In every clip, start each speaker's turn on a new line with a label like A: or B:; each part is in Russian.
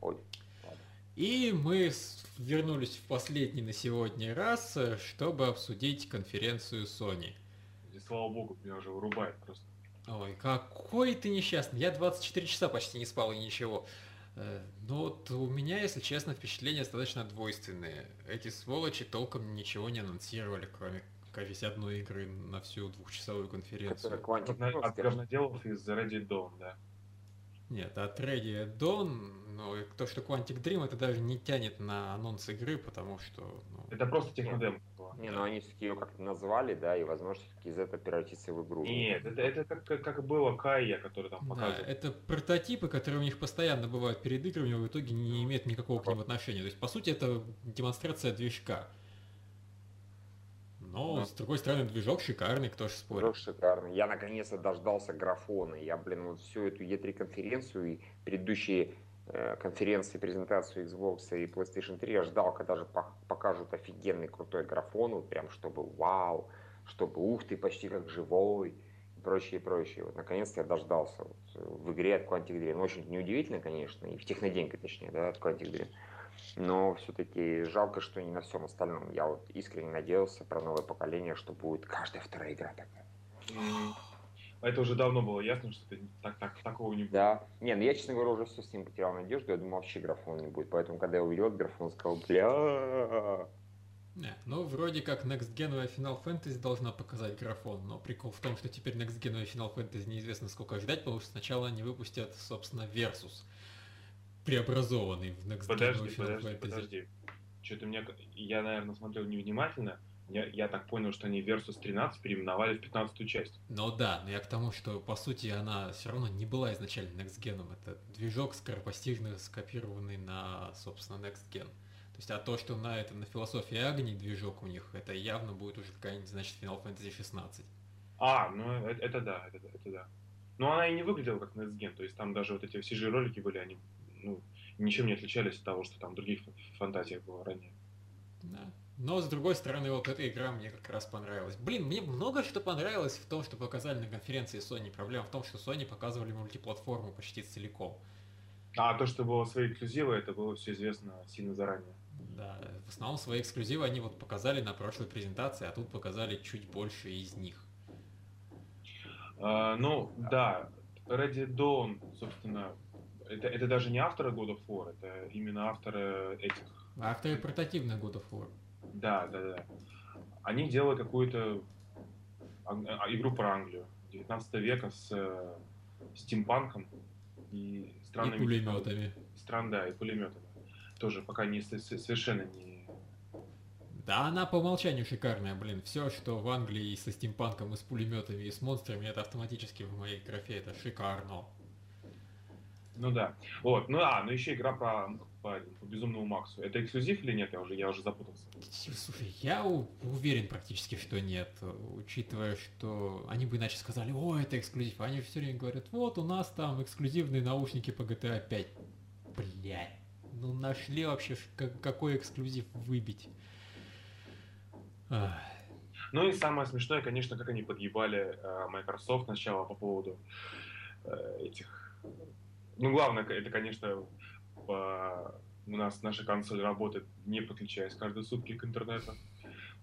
A: Коль.
B: И мы с- вернулись в последний на сегодня раз, э, чтобы обсудить конференцию Sony.
C: И слава богу, меня уже вырубает просто.
B: Ой, какой ты несчастный. Я 24 часа почти не спал и ничего. Э, Но вот у меня, если честно, впечатления достаточно двойственные. Эти сволочи толком ничего не анонсировали, кроме кажется, одной игры на всю двухчасовую
A: Которая
B: конференцию.
A: Quantic
C: Одна-
A: Cross
C: От
A: держит.
C: говноделов из Ready Dawn, да.
B: Нет, от Ready Dawn, ну, и то, что Quantic Dream, это даже не тянет на анонс игры, потому что... ну,
C: Это просто технодемка была.
A: Не, ну они все-таки ее как-то назвали, да, и возможно, все-таки из этого превратится в игру.
C: Нет, это, это как, как- как было Кайя, который там
B: Да,
C: показывал.
B: это прототипы, которые у них постоянно бывают перед играми, а в итоге не имеют никакого к ним отношения. То есть, по сути, это демонстрация движка. Но,
A: Да.
B: с другой стороны, движок шикарный, кто ж спорит.
A: Игрок шикарный. Я наконец-то дождался графона. Я, блин, вот всю эту E3 конференцию и предыдущие э, конференции, презентацию Xbox и PlayStation 3 я ждал, когда же пох- покажут офигенный крутой графон, вот прям чтобы вау, чтобы ух ты, почти как живой и прочее, и прочее. Вот наконец-то я дождался вот, э, в игре от Quantic Dream. Ну, очень неудивительно, конечно, и в техноденьке, точнее, да, от Quantic Dream. Но все-таки жалко, что не на всем остальном. Я вот искренне надеялся про новое поколение, что будет каждая вторая игра такая.
C: М. Это уже давно было ясно, что это так, так, такого не будет.
A: Да. Не, ну я, честно говоря, уже все с ним потерял надежду. Я думал, вообще графон не будет. Поэтому, когда я увидел этот графон, сказал, бля...
B: Не, ну, вроде как Next Gen Final Fantasy должна показать графон, но прикол в том, что теперь Next Gen Final Fantasy неизвестно сколько ждать, потому что сначала они выпустят, собственно, Versus, преобразованный в Next Gen
C: Подожди,
B: Final
C: подожди,
B: Fantasy.
C: подожди. Что-то меня... Я, наверное, смотрел невнимательно. Я, я так понял, что они Versus 13 переименовали в 15 часть.
B: Ну да, но я к тому, что по сути она все равно не была изначально Next Gen. Это движок скоропостижно скопированный на, собственно, Next Gen. То есть, а то, что на это на философии Агни движок у них, это явно будет уже какая-нибудь, значит, Final Fantasy 16.
C: А, ну э- это, да, это, да, это да. Но она и не выглядела как Next Gen, то есть там даже вот эти CG-ролики были, они ну, ничем не отличались от того, что там в других ф- фантазиях было ранее.
B: Да. Но, с другой стороны, вот эта игра мне как раз понравилась. Блин, мне много что понравилось в том, что показали на конференции Sony. Проблема в том, что Sony показывали мультиплатформу почти целиком.
C: А то, что было свои эксклюзивы, это было все известно сильно заранее.
B: Да, в основном свои эксклюзивы они вот показали на прошлой презентации, а тут показали чуть больше из них.
C: А, ну, да, Ready Dawn, собственно, это, это даже не авторы God of War, это именно авторы э, этих.
B: Автор А портативный God of War.
C: Да, да, да. Они делали какую-то ан- а, игру про Англию 19 века с э, стимпанком и странными...
B: и пулеметами.
C: Стран, да, и пулеметами. Тоже пока не, с- с- совершенно не...
B: Да, она по умолчанию шикарная, блин. Все, что в Англии и со стимпанком, и с пулеметами, и с монстрами, это автоматически в моей графе, это шикарно.
C: Ну да. Вот. Ну а, ну еще игра про, по- по Безумному Максу. Это эксклюзив или нет? Я уже, я уже запутался.
B: Слушай, я у- уверен практически, что нет, учитывая, что они бы иначе сказали, о, это эксклюзив, а они все время говорят, вот у нас там эксклюзивные наушники по GTA 5. Блять, ну нашли вообще, ш- как- какой эксклюзив выбить. Ах.
C: Ну и самое смешное, конечно, как они подъебали э, Microsoft сначала по поводу э, этих... Ну, главное, к- это, конечно, по- у нас наша консоль работает, не подключаясь каждые сутки к интернету.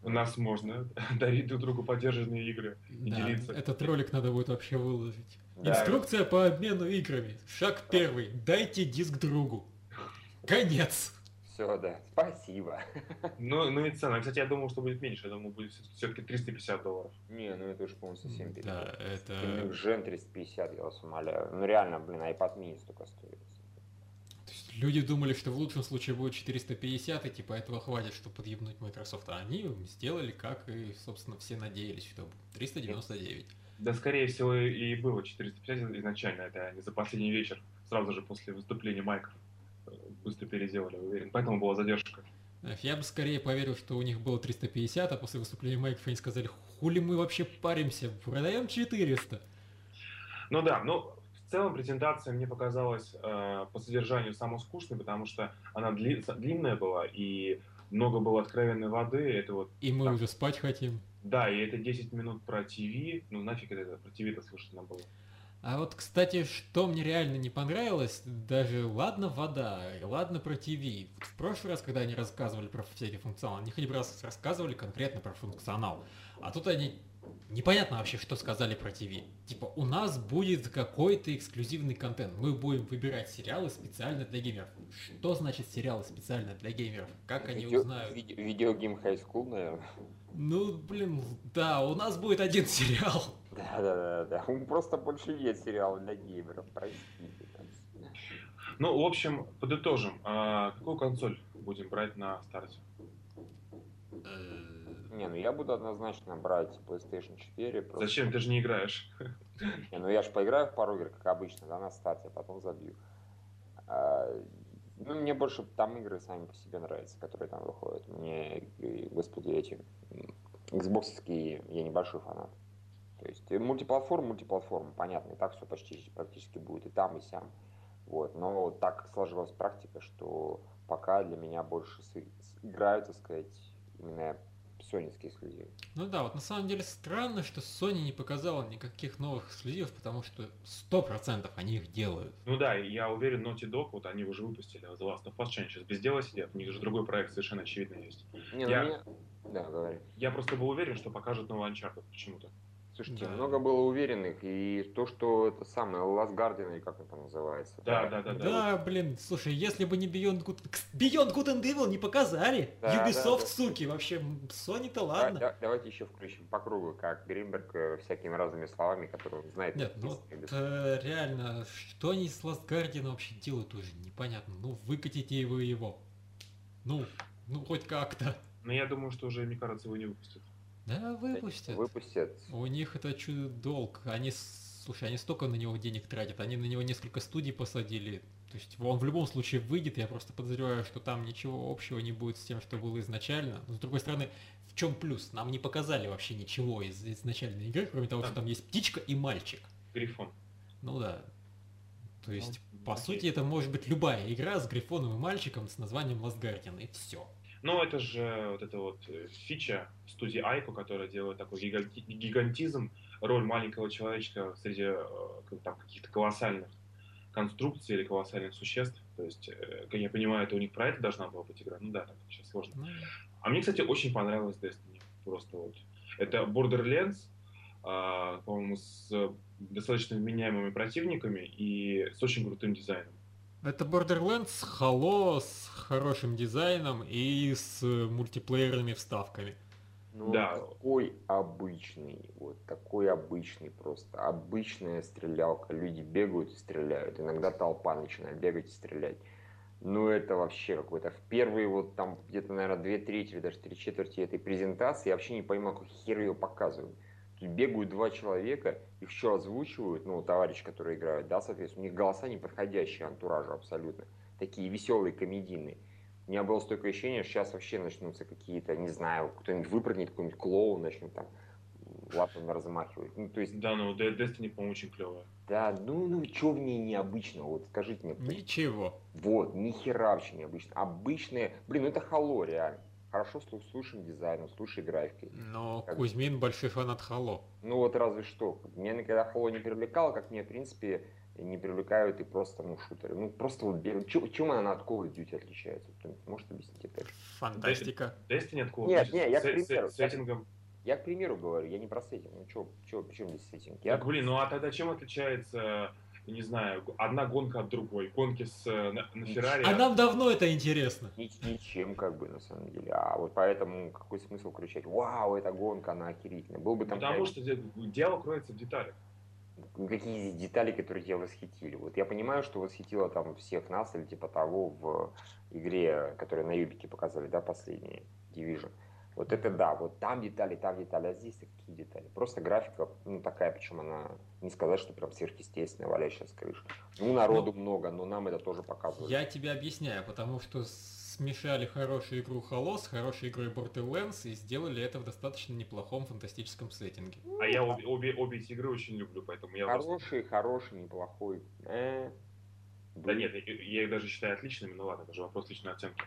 C: У нас можно дарить друг другу поддержанные игры.
B: Да,
C: делиться.
B: этот ролик надо будет вообще выложить.
A: Да.
B: Инструкция по обмену играми. Шаг первый. Дайте диск другу. Конец.
A: Все, да, спасибо.
C: Ну, ну и цена. Кстати, я думал, что будет меньше. Я думал, будет все-таки 350 долларов.
A: Не, ну это уж, по-моему, совсем
B: Да, э.
A: перебор.
B: это...
A: Кинг Жен 350, я вас умоляю. Ну реально, блин, iPad mini столько стоит.
B: То есть люди думали, что в лучшем случае будет 450, и типа этого хватит, чтобы подъебнуть Microsoft. А они сделали, как и, собственно, все надеялись, что 399.
C: Да, скорее всего, и было 450 изначально. Это они за последний вечер, сразу же после выступления Майков, э, быстро переделали, уверен. Поэтому была задержка.
B: Знаешь, Э, Я бы скорее поверил, что у них было 350, а после выступления Майков они сказали, хули мы вообще паримся, продаем 400.
C: Ну да, ну в целом презентация мне показалась э, по содержанию самой скучной, потому что она дли- длинная была и много было откровенной воды. Это вот,
B: И мы
C: Так.
B: уже спать хотим.
C: да, и это 10 минут про ТВ. Ну нафиг это, это про ТВ-то слушать надо было.
B: А вот, кстати, что мне реально не понравилось, даже ладно вода, ладно про ТВ. Вот в прошлый раз, когда они рассказывали про всякий функционал, они хоть раз рассказывали конкретно про функционал. А тут они непонятно вообще, что сказали про ТВ. Типа, у нас будет какой-то эксклюзивный контент. Мы будем выбирать сериалы специально для геймеров. Что значит сериалы специально для геймеров? Как они
A: Видео-
B: узнают?
A: виде- Видеогейм High School, наверное.
B: Ну, блин, да, у нас будет один сериал.
A: Да, да, да, да. Он просто больше нет сериала для геймеров, простите.
C: Ну, в общем, подытожим. А, какую консоль будем брать на старте?
B: Э,
A: Не, ну я буду однозначно брать PlayStation 4. просто-
C: Зачем? Ты же не играешь.
A: Не, ну я же поиграю в пару игр, как обычно, да, на старте, а потом забью. А, ну, мне больше там игры сами по себе нравятся, которые там выходят. Мне, э, господи, эти м, Xboxские я небольшой фанат. То есть э, мультиплатформа, мультиплатформа, понятно, и так все почти практически будет и там, и сям. Вот, но так как сложилась практика, что пока для меня больше с- с- играют, так сказать, именно сонинские эксклюзивы.
B: Ну да, вот на самом деле странно, что Sony не показала никаких новых эксклюзивов, потому что 100% они их делают.
C: Ну да, и я уверен, Naughty Dog, вот они уже выпустили The Last of Us, что они сейчас без дела сидят. У них же другой проект совершенно очевидно есть.
A: Не, ну
C: Я-
A: меня- Да, говори.
C: Я просто был уверен, что покажут новый Uncharted почему-то.
A: Слушайте,
B: Да.
A: много было уверенных, и то, что это самое, Лас Гардиан, или как он там называется.
C: Да, да, да,
B: Да,
C: да.
B: блин, слушай, если бы не Beyond Good... Кс- Beyond Good and Evil не показали.
A: Да,
B: Ubisoft,
A: да, да.
B: суки, вообще, м, Sony-то
A: Да-
B: ладно.
A: да- давайте еще включим по кругу, как Гринберг э, всякими разными словами, которые он знает.
B: Нет, ну
A: Или-
B: вот, э, реально, что они с Last Guardian вообще делают уже непонятно. Ну, выкатите вы его. Ну, ну хоть как-то.
C: Но я думаю, что уже, мне кажется, его не выпустят.
B: Да,
A: Да,
B: выпустят.
A: Выпустят.
B: У них это чудо долг. Они, с- слушай, они столько на него денег тратят. Они на него несколько студий посадили. То есть он в любом случае выйдет. Я просто подозреваю, что там ничего общего не будет с тем, что было изначально. Но с другой стороны, в чем плюс? Нам не показали вообще ничего из изначальной игры, кроме того, что
C: Да.
B: там есть птичка и мальчик.
C: Грифон.
B: Ну да. То есть,
C: Ну,
B: по
C: окей.
B: сути, это может быть любая игра с грифоном и мальчиком с названием Last Guardian, и все.
C: Но Ну, это же вот эта вот э, фича студии Айко, которая делает такой гиганти- гигантизм, роль маленького человечка среди э, как там каких-то колоссальных конструкций или колоссальных существ. То есть, э, как я понимаю, это у них про это должна была быть игра. Ну да, там сейчас сложно. А мне, кстати, очень понравилась Destiny. Просто вот. Это Borderlands, а, по-моему, с э, достаточно вменяемыми противниками и с очень крутым дизайном.
B: Это Borderlands, Halo с хорошим дизайном и с э, мультиплеерными вставками.
A: Ну,
C: Да.
A: такой обычный, вот такой обычный просто. Обычная стрелялка. Люди бегают и стреляют. Иногда толпа начинает бегать и стрелять. Ну, это вообще какой-то... В первые вот там где-то, наверное, две трети или даже три четверти этой презентации я вообще не понимаю, как хер ее показывают. Тут бегают два человека, их еще озвучивают, ну, товарищ, которые играют, да, соответственно, у них голоса неподходящие антуражу абсолютно. Такие веселые, комедийные. У меня было столько ощущение, что сейчас вообще начнутся какие-то, не знаю, кто-нибудь выпрыгнет, какой-нибудь клоун начнет там лапами размахивать. Ну, то есть,
C: Да, но Де- Destiny, по-моему, очень клевая.
A: да, ну, ну, что в ней необычного? Вот скажите мне, кто-
B: Ничего.
A: вот, ни хера вообще необычно. Обычные, блин, ну это хало реально. Хорошо с лучшим дизайном, с лучшей графикой.
B: Но
A: Как-
B: Кузьмин большой фанат Halo.
A: Ну вот разве что. Меня никогда Halo не привлекало, как меня, в принципе, не привлекают и просто, ну, шутеры. Ну, просто вот, бе- чё- чем она от Call of Duty отличается? Кто-нибудь может объяснить это?
B: Фантастика.
C: Destiny от Call of
A: Нет,
C: Duty
A: нет, я
C: с,
A: к
C: с-
A: примеру,
C: с сеттингом.
A: Я, к примеру, говорю, я не про сеттинг. Ну, чё, чё, при чем здесь сеттинг? Я...
C: Так, блин, ну а тогда чем отличается, я не знаю, г- одна гонка от другой? Гонки с, э, на, на Феррари.
B: А нам давно это интересно.
A: Ни- Ничем, как бы, на самом деле. А вот поэтому какой смысл кричать? Вау, эта гонка, она охерительная. Был бы там
C: Потому что де- дело кроется в деталях.
A: какие детали, которые тебя восхитили. Вот я понимаю, что восхитило там всех нас или типа того в игре, которую на Юбике показывали, да, последние, Division. Вот это да, вот там детали, там детали, а здесь какие детали? Просто графика, ну, такая, причем она, не сказать, что прям сверхъестественная, валяющая с крыши. Ну, народу много, но нам это тоже показывают.
B: Я тебе объясняю, потому что смешали хорошую игру Halo с хорошей игрой Borderlands и сделали это в достаточно неплохом фантастическом сеттинге.
C: А я обе, обе, обе эти игры очень люблю, поэтому я... просто-
A: Ну, Хороший, хороший, неплохой. Э,
C: Да нет, я- я их даже считаю отличными, ну ладно, это же вопрос личной оценки.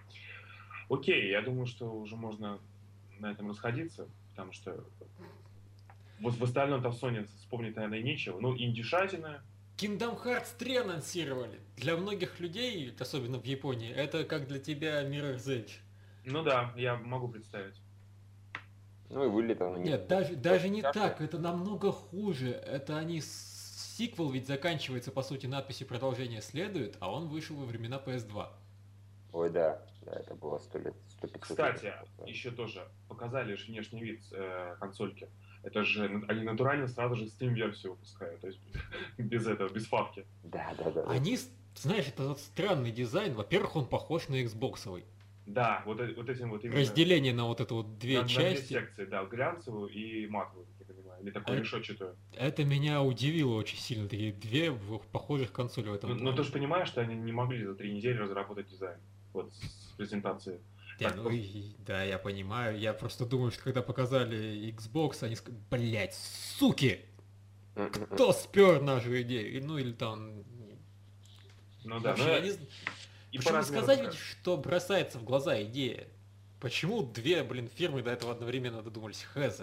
C: Окей, я думаю, что уже можно на этом расходиться, потому что Вот в остальном-то Sony вспомнить, наверное, нечего. Ну, индюшатина,
B: Kingdom Hearts 3 анонсировали. Для многих людей, особенно в Японии, это как для тебя Mirror's Edge.
C: ну да, я могу представить.
A: Ну и вылет оно не-
B: Нет, даже, даже не
A: даже-
B: так, это намного хуже. Это они... с- Сиквел ведь заканчивается, по сути, надписью «Продолжение следует», а он вышел во времена PS2.
A: Ой, да, да, это было сто лет, сто пятьсот
C: Кстати,
A: лет назад.
C: еще тоже показали же внешний вид э, консольки. Это же на- они натурально сразу же Steam версию выпускают, то есть без этого, без фабки.
A: Да, да, да. да.
B: Они, с- знаешь, это вот странный дизайн. Во-первых, он похож на Xbox.
C: Да, вот, э- вот этим вот именно.
B: Разделение на вот это вот
C: на-
B: две
C: на
B: части.
C: секции, да, глянцевую и матовую, как я понимаю, или
B: А
C: такую
B: это-
C: решетчатую.
B: Это меня удивило очень сильно. Такие две в- похожих консоли в этом.
C: Но, но Ну, ты же понимаешь, что они не могли за три недели разработать дизайн вот с презентации.
B: Да,
C: так
B: ну
C: вот.
B: и- да, я понимаю. Я просто думаю, что когда показали Xbox, они сказали, блять, суки,
A: М-м-м.
B: кто спер нашу идею? И, Ну или там...
C: Ну да,
B: Вообще,
C: ну
B: я
C: и-
B: не з-
C: и
B: Причем
C: по
B: не
C: размеру
B: сказать,
C: такая.
B: ведь, что бросается в глаза идея. Почему две, блин, фирмы до этого одновременно додумались хз?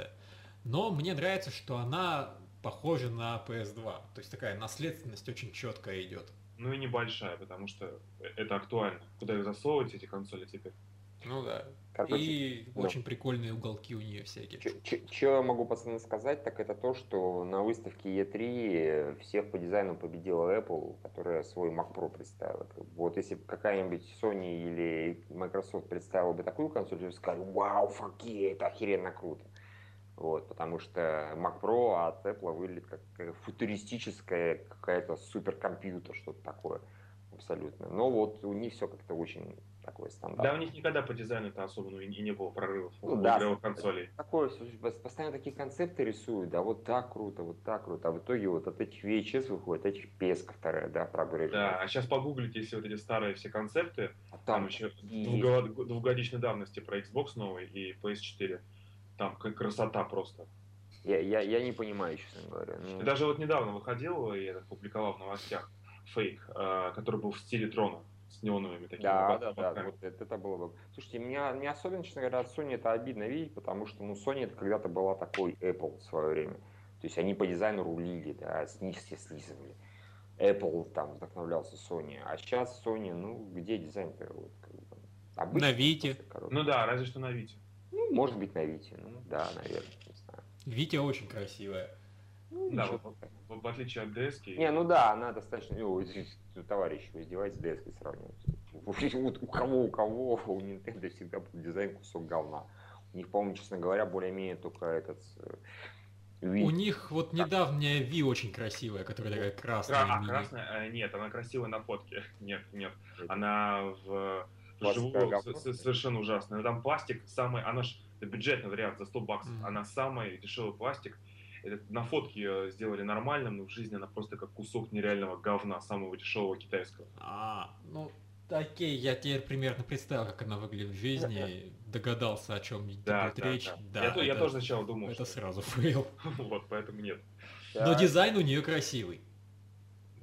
B: Но мне нравится, что она похожа на PS2. То есть такая наследственность очень четкая идет.
C: Ну и небольшая, потому что э, это актуально. Куда их засовывать, эти консоли теперь?
B: Ну да.
A: Короче,
B: И
A: да.
B: очень прикольные уголки у нее всякие.
A: Че- че- Чего я могу, пацаны, сказать, так это то, что на выставке E3 всех по дизайну победила Apple, которая свой Mac Pro представила. Вот если бы какая-нибудь Sony или Microsoft представила бы такую консоль, то сказали, вау, факи, это охеренно круто. Вот, потому что Mac Pro от Apple выглядит как э, футуристическая какая-то суперкомпьютер, что-то такое абсолютно. Но вот у них все как-то очень такое
C: Да,
A: стандартное.
C: у них никогда по дизайну-то особо ну, и, и не было прорывов
A: Ну
C: у
A: да.
C: игровых консолей.
A: такое, слушай, пос- постоянно такие концепты рисуют, да, вот так круто, вот так круто, а в итоге вот от этих VHS выходит, от этих песка вторая, да, прогресс.
C: Да, а сейчас погуглите, если вот эти старые все концепты,
A: А там,
C: там еще двугод- двухгодичной давности про Xbox новый и PS4, там к- красота просто.
A: я, я, я не понимаю, честно говоря. Ну,
C: И даже вот недавно выходил, я это публиковал в новостях, фейк, э, который был в стиле трона с неоновыми такими.
A: Да,
C: бак-
A: да, да,
C: баками.
A: вот это, это было бы. Слушайте, меня, мне особенно, честно говоря, от Sony это обидно видеть, потому что, ну, Sony это когда-то была такой Apple в свое время. То есть они по дизайну рулили, да, с них все слизывали. Apple там вдохновлялся Sony, а сейчас Sony, ну, где дизайн-то? Вот, как бы, обычный,
B: На Вите.
A: просто короткий.
C: Ну да, разве что на Вите.
A: Ну, может быть, на Вите. Ну, да, наверное, не знаю.
B: Витя очень красивая.
A: Ну,
C: Да,
A: ничего
C: вот.
A: такого.
C: В, в отличие от DS.
A: Не, ну да, она достаточно... Ну, товарищ, вы издеваетесь, да, если сравнивать. Вот у кого, у кого, у Nintendo всегда был дизайн кусок говна. У них, по-моему, честно говоря, более-менее только этот... э,
B: У
A: Wii.
B: них вот недавняя Ви очень красивая, которая такая красная.
C: А,
B: мини.
C: красная? э, Нет, она красивая на фотке. Нет, нет. Она в
A: Пластиковое
C: вживую
A: говно?
C: с- с- совершенно ужасная. Там пластик самый, она ж это бюджетный вариант за 100 баксов.
B: Мгм.
C: Она самый дешевый пластик. Это на фотке ее сделали нормальным, но в жизни она просто как кусок нереального говна, самого дешевого китайского.
B: А, ну, окей, я теперь примерно представил, как она выглядит в жизни, догадался, о чем идет
C: Да, да,
B: речь.
C: да.
B: Да,
C: я, то- я
B: это-
C: тоже сначала думал,
B: Это
C: что
B: сразу фейл.
C: вот, поэтому нет.
A: Да,
B: Но дизайн у нее красивый.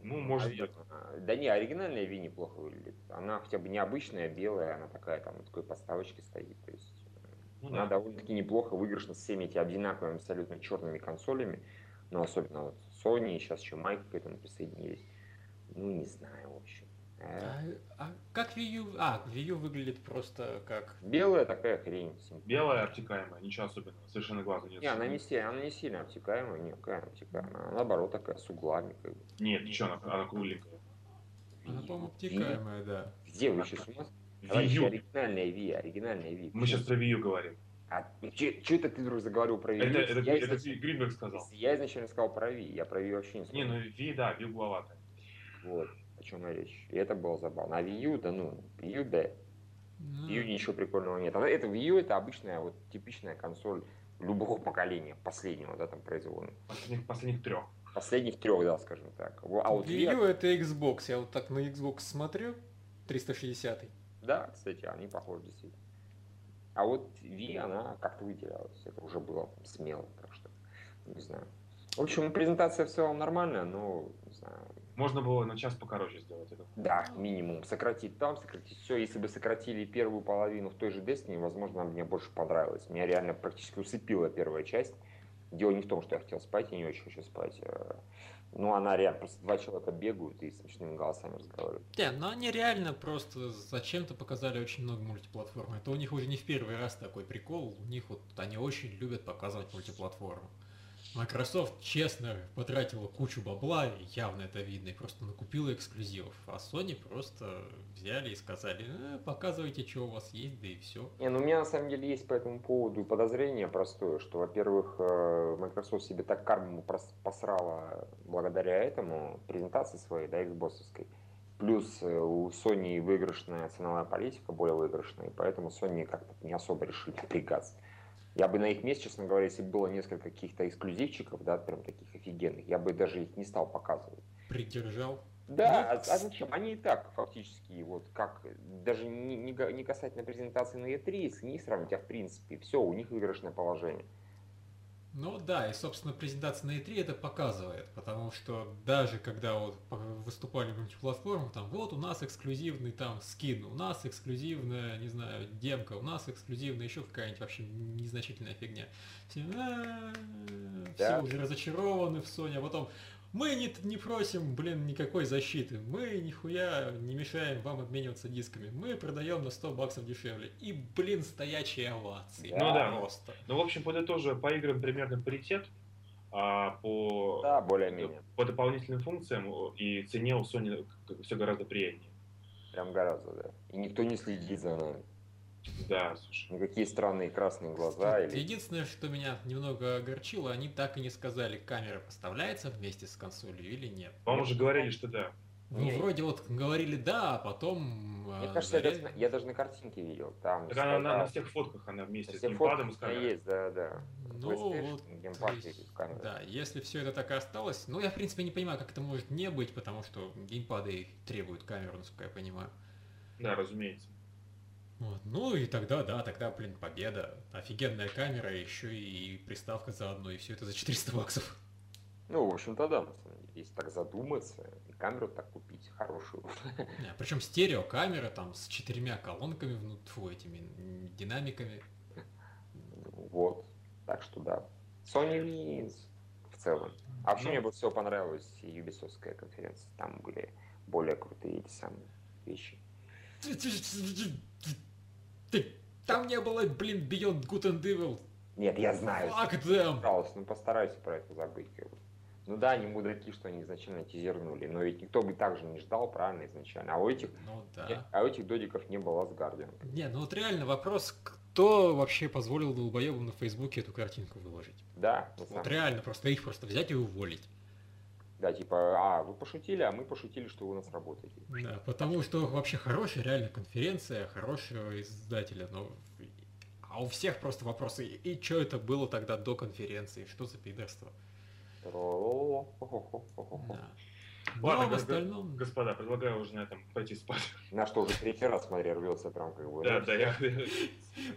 C: Ну,
A: А
C: может быть.
A: наверное. Да не, оригинальная Ви неплохо выглядит. Она хотя бы необычная, белая, она такая, там, на такой подставочке стоит. То есть,
C: Ну
A: Она
C: да.
A: довольно-таки неплохо выигрышна с всеми этими одинаковыми абсолютно черными консолями. Но особенно вот Sony, сейчас еще Майк к этому присоединились. Ну, не знаю, в общем. Э,
B: А, а как Wii U? А, Wii U выглядит просто как...
A: Белая такая хрень. симпатичная.
C: Белая, обтекаемая, ничего особенного, совершенно глазу нет.
A: Не, она не, си- она не сильно обтекаемая, не какая она обтекаемая. Она, наоборот, такая с углами. Как бы.
C: Нет, ничего, она, она кругленькая.
B: Она,
A: Ви-
B: по-моему,
A: Ви-
B: обтекаемая, да.
A: Где вы сейчас у нас?
C: Wii U.
A: Оригинальная Ви, оригинальная Ви.
C: Мы сейчас про Wii U говорим.
A: А, че это ты вдруг заговорил про Ви?
C: Это, это,
A: я,
C: это
A: изнач-
C: Гринберг сказал.
A: я изначально сказал про Ви, я про Ви вообще не
C: Не,
A: сказал.
C: ну Ви, да, Ви угловатая.
A: Вот, о чем я речь. И это было забавно. А Wii U, да ну, Wii U, да,
B: Ну,
A: В Wii U ничего прикольного нет. Она- Это Wii U это обычная вот типичная консоль любого поколения, последнего, да, там производного.
C: Последних, последних трех.
A: Последних трех, да, скажем так. Во- А вот
B: Wii U
A: Wii,
B: это Xbox. Я вот так на Xbox смотрю, 360
A: да, кстати, они похожи действительно. А вот Wii, она как-то выделялась. Это уже было там смело, так что, не знаю. В общем, презентация в целом нормальная, но, не знаю,
C: Можно было на час покороче сделать это.
A: да, минимум. Сократить там, сократить все. Если бы сократили первую половину в той же Destiny, возможно, она бы мне больше понравилась. Меня реально практически усыпила первая часть. Дело не в том, что я хотел спать, я не очень хочу спать. э, Ну, она реально, просто два человека бегают и смешными голосами разговаривают.
B: Да, но ну они реально просто зачем-то показали очень много мультиплатформ. Это у них уже не в первый раз такой прикол. У них вот они очень любят показывать мультиплатформу. Microsoft, честно, потратила кучу бабла, и явно это видно, и просто накупила эксклюзивов. А Sony просто взяли и сказали, «Э, показывайте, что у вас есть, да и все.
A: Не, ну у меня на самом деле есть по этому поводу подозрение простое, что, во-первых, э, Microsoft себе так карму прос- посрала благодаря этому презентации своей, да, Xbox'овской. Плюс э, у Sony выигрышная ценовая политика, более выигрышная, и поэтому Sony как-то не особо решили напрягаться. Я бы на их месте, честно говоря, если бы было несколько каких-то эксклюзивчиков, да, прям таких офигенных, я бы даже их не стал показывать.
B: Придержал.
A: Да,
B: Ну,
A: а, а зачем? Они и так фактически, вот как, даже не, не, га- не касательно презентации на E E3, если не сравнить, а в принципе, все, у них выигрышное положение.
B: Ну да, и, собственно, презентация на E3 это показывает, потому что даже когда вот по- выступали в мультиплатформу, там, вот у нас эксклюзивный там скин, у нас эксклюзивная, не знаю, демка, у нас эксклюзивная еще какая-нибудь вообще незначительная фигня. Все, «А, все
A: Да.
B: уже разочарованы в Sony, а потом мы не, не просим, блин, никакой защиты, мы нихуя не мешаем вам обмениваться дисками, мы продаем на 100 баксов дешевле. И, блин, стоячие овации.
A: Ну
C: да.
B: Просто.
C: Ну, в общем, подытожу, по играм примерно паритет, а по,
A: Да, более-менее,
C: по дополнительным функциям и цене у Sony все гораздо приятнее.
A: прям гораздо, да. И никто не следит за нами.
C: Да, слушай.
A: Никакие странные красные глаза
B: Тут
A: или...
B: Единственное, что меня немного огорчило, они так и не сказали, камера поставляется вместе с консолью или нет.
C: Вам уже говорили, что да.
B: Ну,
A: Не.
B: вроде вот говорили да, а потом... э,
A: Мне кажется, я
B: заря-
A: даже, на- я даже на картинке видел. Там
C: Так она на,
A: стояла-
C: на всех фотках, она
A: на
C: вместе с
A: всех
C: геймпадом и
A: фотках
C: с камерой.
A: есть, да, да.
B: Ну,
A: PlayStation,
B: вот,
A: геймпад
B: то есть,
A: и камера.
B: Да, если все это так и осталось, ну я в принципе не понимаю, как это может не быть, потому что геймпады требуют камеру, насколько я понимаю.
C: Да, разумеется.
B: Вот. Ну и тогда, да, тогда, блин, победа. Офигенная камера, еще и приставка заодно, и все это за 400 баксов.
A: Ну, в общем-то, да, на самом деле. Если так задуматься, и камеру так купить хорошую.
B: Причем стереокамера Э, там с четырьмя колонками, ну, тьфу, этими м, динамиками.
A: Вот. Так что да. Sony wins в целом. А вообще
C: Ну.
A: мне больше всего понравилась Юбисовская конференция. Там были более крутые эти самые вещи.
B: Ты- Там не было, блин, Beyond Good and Evil.
A: Нет, я знаю.
B: Fuck them.
A: Пожалуйста, ну постараюсь про это забыть. как бы. Ну да, они мудаки, что они изначально тизернули, но ведь никто бы так же не ждал, правильно, изначально. А у этих,
B: Ну
A: не-
B: да.
A: а у этих додиков не было с Гардиан.
B: Не, ну вот реально вопрос, кто вообще позволил долбоебу на Фейсбуке эту картинку выложить?
A: Да, на самом
B: Вот реально, просто их просто взять и уволить.
A: Да, типа, а, вы пошутили, а мы пошутили, что вы у нас работаете.
B: Да, Э, потому что вообще хорошая реально конференция, хорошего издателя, но... А у всех просто вопросы, и, что это было тогда до конференции, что за пидорство?
A: Трололо, хо-хо-хо-хо-хо.
B: Да. Но
C: Ладно,
B: Ну, а в
C: го- го-
B: остальном...
C: Господа, предлагаю уже на этом пойти спать.
A: На что уже третий раз, смотри, рвется прям как бы.
C: Да,
A: ну,
C: да, я...
B: типа,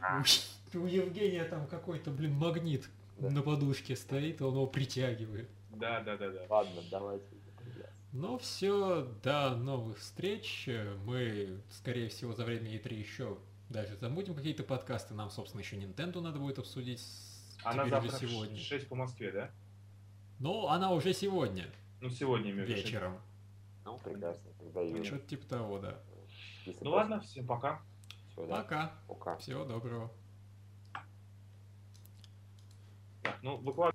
C: А.
B: У у Евгения там какой-то, блин, магнит
A: Да.
B: на подушке стоит, он его притягивает.
C: Да, да, да, да.
A: Ладно, давайте. закругляться.
B: Ну все, до новых встреч. Мы, скорее всего, за время E3 еще даже замутим какие-то подкасты. Нам, собственно, еще Nintendo надо будет обсудить с-
C: Она
B: теперь уже
C: завтра в
B: сегодня.
C: 6 по Москве, да?
B: Ну, она уже сегодня,
C: Ну, сегодня имею в виду.
B: вечером.
A: Ну, прекрасно, тогда и-
C: Понятно.
B: Что-то типа того, да.
A: если
C: Ну ладно, всем пока.
A: Все, да,
B: Пока.
A: пока.
B: Всего доброго.
C: Так, ну, выкладывай.